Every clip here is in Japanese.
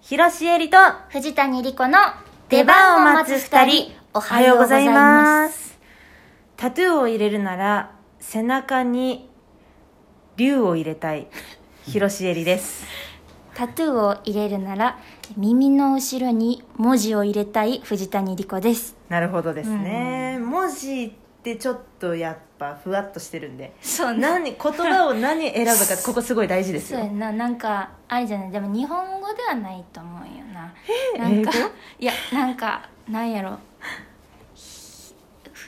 広しえりと藤谷莉子の出番を待つ二人おはようございますすタトゥーを入れるなら背中に竜を入れた い広しえりですタトゥーを入れるなら耳の後ろに文字を入れたい藤谷莉子ですなるほどですね、文字ってちょっとやっぱふわっとしてるんでそうな何言葉を何選ぶか ってここすごい大事ですそうよやななんかあれじゃないでも日本語ではないと思うよなえなんかいやなんかなんやろひ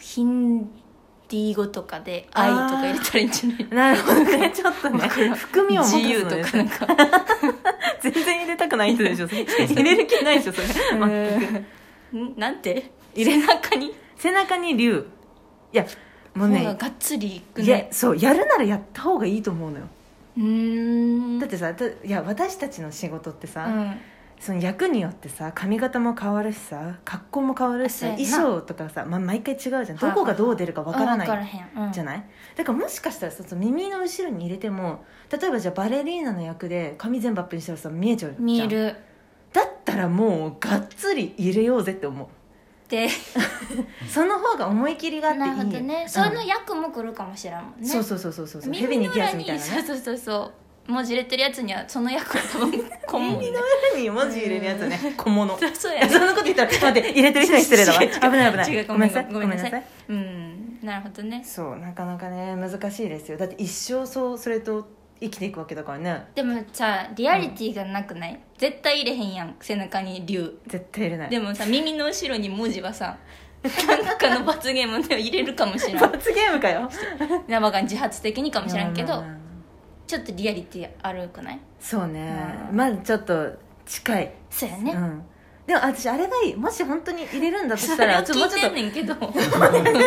ヒンディー語とかで「愛」とか入れたらいいんじゃなないるほどね ちょっとね含みを持つ自の由よ とかなんか全然入れたくない人でしょそれ入れる気ないでしょそれ全くんなんて背中に背中に竜いやもうほらねがっつりいくいやねそうやるならやった方がいいと思うのようーんだってさたいや私たちの仕事ってさ、うんその役によってさ髪型も変わるしさ格好も変わるしさそうやな衣装とかさ、ま、毎回違うじゃんはどいこがどう出るかわからなうんわいへん、うん、じゃないないだからもしかしたらさその耳の後ろに入れても例えばじゃあバレリーナの役で髪全部アップにしたらさ見えちゃうじゃん見えるだったらもうがっつり入れようぜって思う でその方が思い切りがあっていいなるよほどね、うんその役も来るかもしれんもんねそうそうそうそうそうそうヘビ耳にのギア裏スみにたいなね そうそうそうそう文字入れてるやつにはその役は多分こも んね耳の裏に文字入れるやつね小物 そういややねそんなこと言ったら待って入れてる人に失礼だわ 違う違う危ない危ない違うごめんごめんごごめんなめんなささいいうんなるほどねそうなかなかね難しいですよだって一生そうそれと生きていくわけだからねでもさリアリティがなくない、絶対入れへんやん背中に竜絶対入れないでもさ耳の後ろに文字はさなんかの罰ゲームで入れるかもしれん罰ゲームかよなばが自発的にかもしれんけまあどまあまあちょっとリアリティあるくないそうねうんまあちょっと近いそうやうね、んでも私あれがいいもし本当に入れるんだとしたらそれもをう聞いちょっとてんねんけど それを聞いてんねん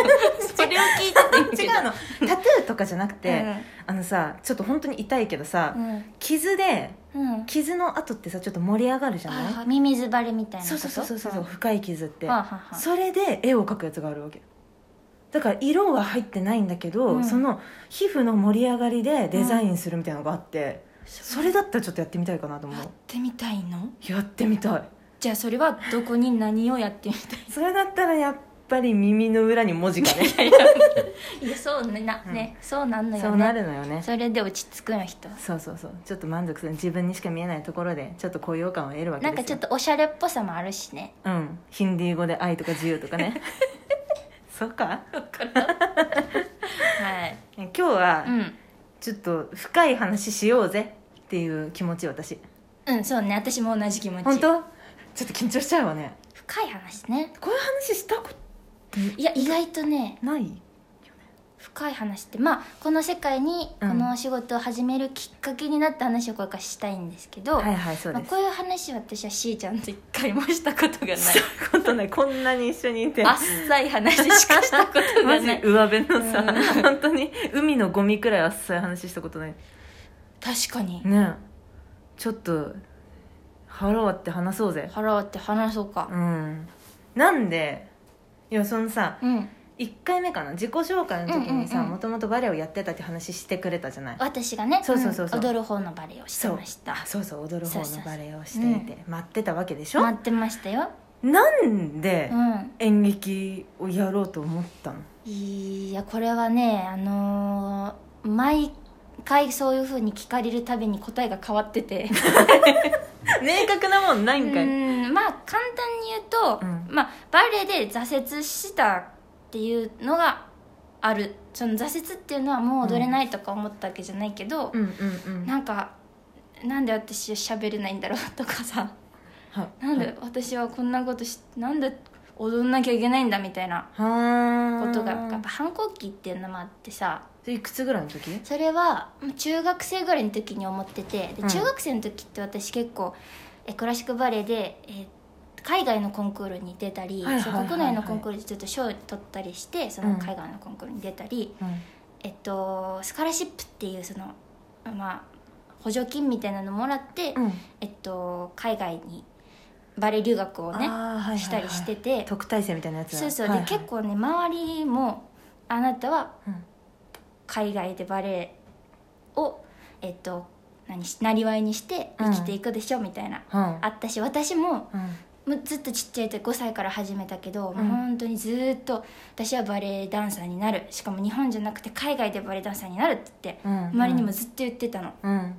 けど違うのタトゥーとかじゃなくて、あのさちょっと本当に痛いけどさ、うん傷でうん、うん傷の跡ってさちょっと盛り上がるじゃない、あミミズバレみたいなそこうとそうそうそうそう、ん深い傷って、はあはあはあそれで絵を描くやつがあるわけだから色は入ってないんだけど、うんその皮膚の盛り上がりでデザインするみたいなのがあって、それだったらちょっとやってみたいかなと思やっうてみたいのやってみたいじゃあそれはどこに何をやってみたそれだったらやっぱり耳の裏に文字がね いいやそうねな、うんねそうなんのよねそうなるのよねそれで落ち着くよ人はそうそうそうちょっと満足する自分にしか見えないところでちょっと高揚感を得るわけですなよんかちょっとおしゃれっぽさもあるしねうんヒンディー語で愛とか自由とか ねそうか分からん はい今日はうんちょっと深い話しようぜっていう気持ち私うんそうね私も同じ気持ち本当ちょっと緊張しちゃうわね深い話ねこういう話したこいや意外とねとない深い話ってまあこの世界にうこんのお仕事を始めるきっかけになった話をこれからしたいんですけど、はいはいそうまあ、ですこういう話は私はしーちゃんと一回もしたことがないそういうことないこんなに一緒にいてあっさい話しかしたこと マがジない上辺のさ、う本当に海のゴミくらいあっさい話したことない確かにねえちょっと腹割って話そうぜ払って話そうかうんなんでいやそのさうん1回目かな自己紹介の時にうんさうんうんもともとバレエをやってたって話してくれたじゃない私がねそうそうそうそうん踊る方のバレエをしてましたあそうそう踊る方そうそうそのうバレエをしていて待ってたわけでしょ待ってましたよなんでうん演劇をやろうと思ったのいやこれはねあのー毎回そういうふうに聞かれるたびに答えが変わってて明確なもんないうんかいんまあ簡単に言うと、うんまあ、バレエで挫折したっていうのがあるその挫折っていうのはもう踊れないとか思ったわけじゃないけど、うんうんうんなんかなんで私喋れないんだろうとかさはなんで私はこんなことしなんで踊んなきゃいけないんだみたいなはことがやっぱあ反抗期っていうのもあってさいくつぐらいの時それはまあ中学生ぐらいの時に思っててでうん中学生の時って私結構えクラシックバレエで、えー海外のコンクールに出たり、はいはいはいはいそう国内のコンクールでずっと賞を取ったりしてそうんの海外のコンクールに出たり、えっと、スカラシップっていうその、まあ、補助金みたいなのもらって、うんえっと、海外にバレエ留学をねあーしたりしてて特待生みたいなやつだそうそう、はいはいで結構ね周りもあなたはうん海外でバレエを、えっと、何しなりわいにして生きていくでしょみたいな、うんうんあったし私もうんもうずっとちっちゃい時5歳から始めたけど、もううん本当にずーっと私はバレエダンサーになるしかも日本じゃなくて海外でバレエダンサーになるって言って、うん周りにもずっと言ってたのうん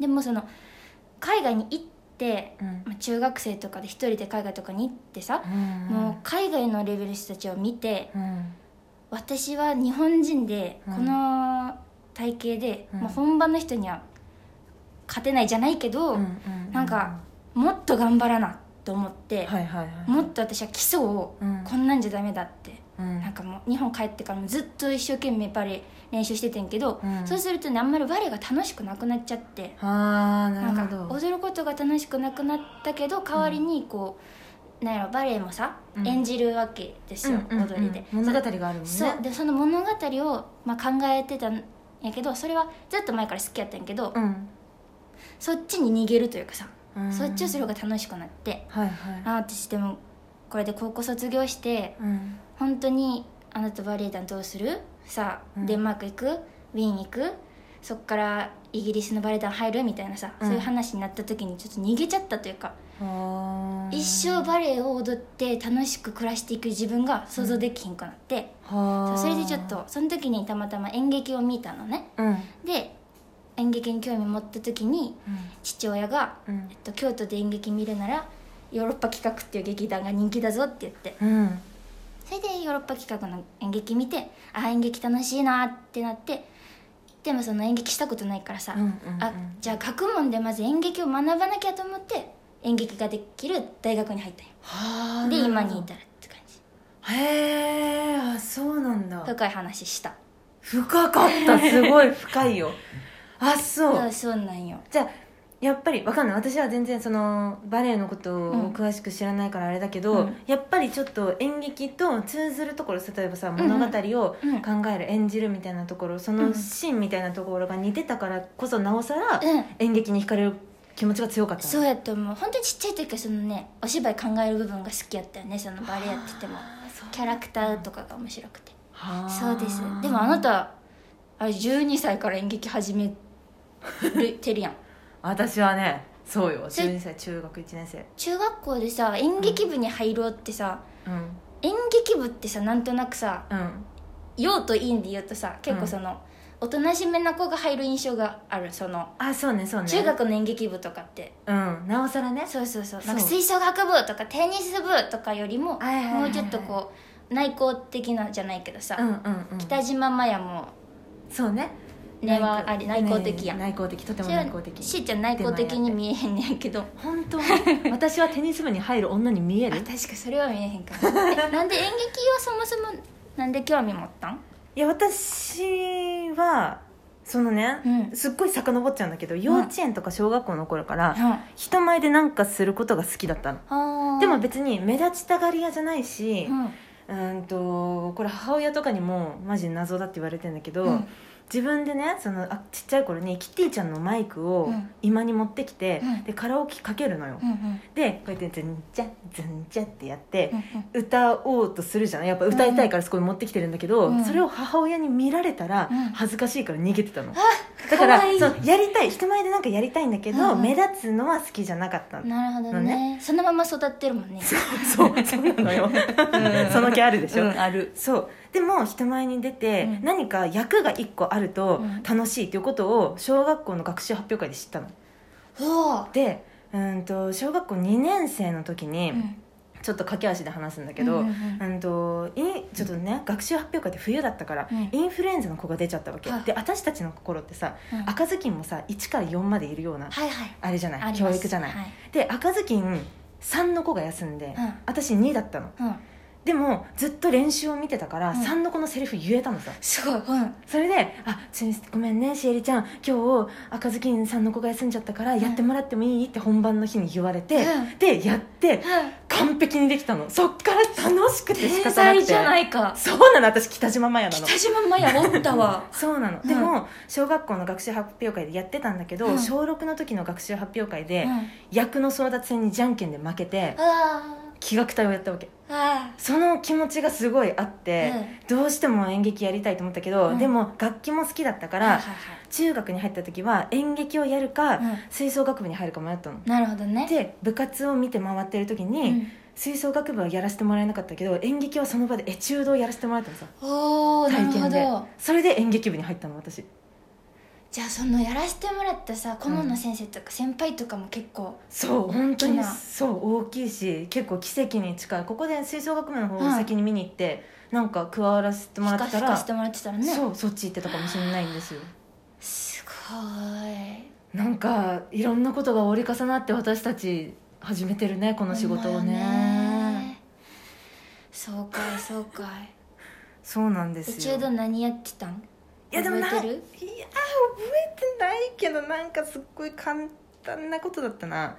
でもその海外に行って、うんまあ、中学生とかで一人で海外とかに行ってさ、うんもう海外のレベルの人たちを見て、うん私は日本人でうんこの体型で、うんもう本場の人には勝てないじゃないけど、うんうんなんかもっと頑張らなと思って、はいはいはいもっと私は基礎をうんこんなんじゃダメだって、うんなんかもう日本帰ってからもずっと一生懸命バレエ練習しててんけど、うんそうするとねあんまりバレエが楽しくなくなっちゃって、ああななんかるほど踊ることが楽しくなくなったけど代わりにこう、なんやろバレエもさ、うん演じるわけですよ、うんうんうん踊りで、物語があるもんねそうでその物語を、まあ、考えてたんやけどそれはずっと前から好きやったんやけど、うんそっちに逃げるというかさ、うんそっちをする方が楽しくなって、はいはいああ私でもこれで高校卒業してうん本当にあなたバレエ団どうするさあ、うんデンマーク行くウィーン行くそっからイギリスのバレエ団入るみたいなさ、うんそういう話になった時にちょっと逃げちゃったというか、はー一生バレエを踊って楽しく暮らしていく自分が想像できひんくなって、はーそうそれでちょっとその時にたまたま演劇を見たのねうんで演劇に興味持った時に父親が、うんえっと、京都で演劇見るならヨーロッパ企画っていう劇団が人気だぞって言ってうんうんそれでヨーロッパ企画の演劇見てあ演劇楽しいなってなってでもその演劇したことないからさ、うんうんうんあじゃあ学問でまず演劇を学ばなきゃと思って演劇ができる大学に入ったんよはーでなるほ今どに至るって感じへえあそうなんだ深い話した深かったすご い深いよあそあうそうなんよじゃあやっぱりわかんない私は全然そのバレエのことを詳しく知らないからあれだけど、うんやっぱりちょっと演劇と通ずるところ例えばさんうん物語をうん考える、演じるみたいなところそのシーンみたいなところが似てたからこそなおさらうん演劇に惹かれる気持ちが強かったのそうやと思う本当にちっちゃい時からそのねお芝居考える部分が好きやったよねそのバレエやっててもあーそうキャラクターとかが面白くてはーそうですでもあなたあれ12歳から演劇始めるて るやん私はねそうよそれ12歳中学1年生中学校でさ演劇部に入ろうってさ、うん演劇部ってさなんとなくさうん陽と陰で言うとさ結構その、おとなしめな子が入る印象があるそのあそうねそうね中学の演劇部とかって、うんなおさらねそうそうそうなんかそう吹奏楽部とかテニス部とかよりもはいはいはいはいもうちょっとこう内向的なじゃないけどさ、うんうんうん北島麻也もそうね根はあれ内向的やん、ね内向的とてもそれは内向的しーちゃん内向的に見えへんねんけど本 当私はテニス部に入る女に見えある確かそれは見えへんからえなんで演劇をそもそもなんで興味持ったんいや私はそのね、うんすっごい遡っちゃうんだけど幼稚園とか小学校の頃から、は人前でなんかすることが好きだったのあでも別に目立ちたがり屋じゃないし、うんうんとこれ母親とかにもマジ謎だって言われてんだけど、うん自分でねそのあちっちゃい頃にキティちゃんのマイクうをん今に持ってきて、うんでカラオケかけるのよ、うんうんでこうやってズンチャズンチャってやってう、ん歌おうとするじゃないやっぱ歌いたいからそこに持ってきてるんだけど、うんそれを母親に見られたらうん恥ずかしいから逃げてたの、うんだからかわいいそうやりたい人前でなんかやりたいんだけど、うん目立つのは好きじゃなかったのなるほどのねそのまま育ってるもんね そうそうなのよ その気あるでしょ、うんあるそうでも人前に出て、うん何か役が1個あるとうん楽しいっていうことを小学校の学習発表会で知ったのほでうんと小学校2年生の時に、ううんちょっと駆け足で話すんだけど、ううんうんんうとインちょっとね学習発表会って冬だったから、うんインフルエンザの子が出ちゃったわけ、はいで私たちの頃ってさうん赤ずきんもさ1から4までいるような、はいはいあれじゃなあいり教ます育じゃない、はいで赤ずきん3の子が休んで、うん私2だったのうんでもずっと練習を見てたから、うん三3の子のセリフ言えたのさすごいうんそれで「あちごめんねしえりちゃん今日赤ずきんさんの子が休んじゃったからやってもらってもいい?」って本番の日に言われて、うんでやって完璧にできたのそっから楽しくて仕方天なく才てじゃないかそうなの私北島麻也なの北島麻也おっ たわそうなの、うんでも小学校の学習発表会でやってたんだけど、うん小6の時の学習発表会うで、ん役の争奪戦にじゃんけんで負けてあ気学隊をやったわけああその気持ちがすごいあっあて、うんどうしても演劇やりたいと思ったけど、うんでも楽器も好きだったかはいら、はい中学に入った時は演劇をやるか、はい吹奏楽部に入るか迷ったのうん、なるほどねで部活を見て回ってる時うに、ん、吹奏楽部はやらせてもらえなかったけど演劇はその場でエチュードをやらせてもらえたのさおおなる体ほ験でどそれで演劇部に入ったの私じゃあそのやらせてもらったさ顧問の先生とか先輩とかも結構そう本当大きになそう大きいし結構奇跡に近いここで吹奏楽部の方うをん先に見に行って、なんか加わらせてもら聞っかてたせらかしてもらってたらねそうそっち行ってたかもしれないんですよすごいなんかいろんなことが折り重なって私たち始めてるねこの仕事をねほんまよねそうかいそうかそうなんでい宇すよ宙度何やってたんいやでもな覚いえてやる覚えてないけどなんかすっごい簡単なことだったな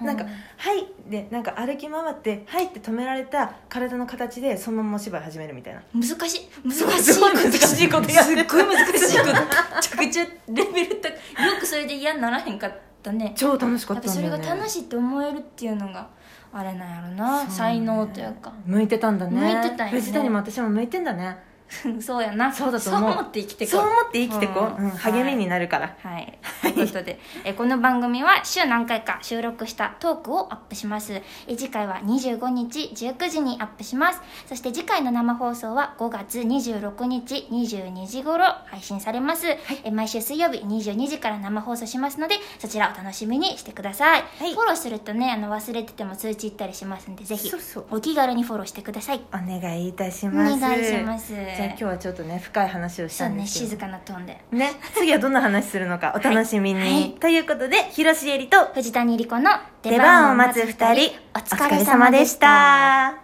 なんか「うはい」でなんか歩き回って「はい」って止められた体の形でそのままお芝居始めるみたいな難しい難しいすごい難しいことやってすたっごい難しいことめちゃくちゃレベル高いよくそれで嫌にならへんかったね超楽しかやっっぱたんそだれよがね楽しいって思えるっていうのがあれなんやろな、そうね才能というか向いてたんだね向いてたんやね藤谷も私も向いてんだね そうやなそうだと思う思って生きてくそう思って生きてこう、うんうん励みになるからはい、ということで、えこの番組は週何回か収録したトークをアップしますえ次回は25日19時にアップしますそして次回の生放送は5月26日22時頃配信されます、え毎週水曜日22時から生放送しますのでそちらお楽しみにしてください、はいフォローするとねあの忘れてても通知いったりしますんでぜひそうそうお気軽にフォローしてくださいお願いいたしおま願すいしますすじゃあ今日はちょっとね深い話をしそたうんでねすけど静かなトーンでね次はどんな話するのかお楽しみに、 はいはいということで広瀬えりと藤谷莉子の出番を待つ二人お疲れ様でした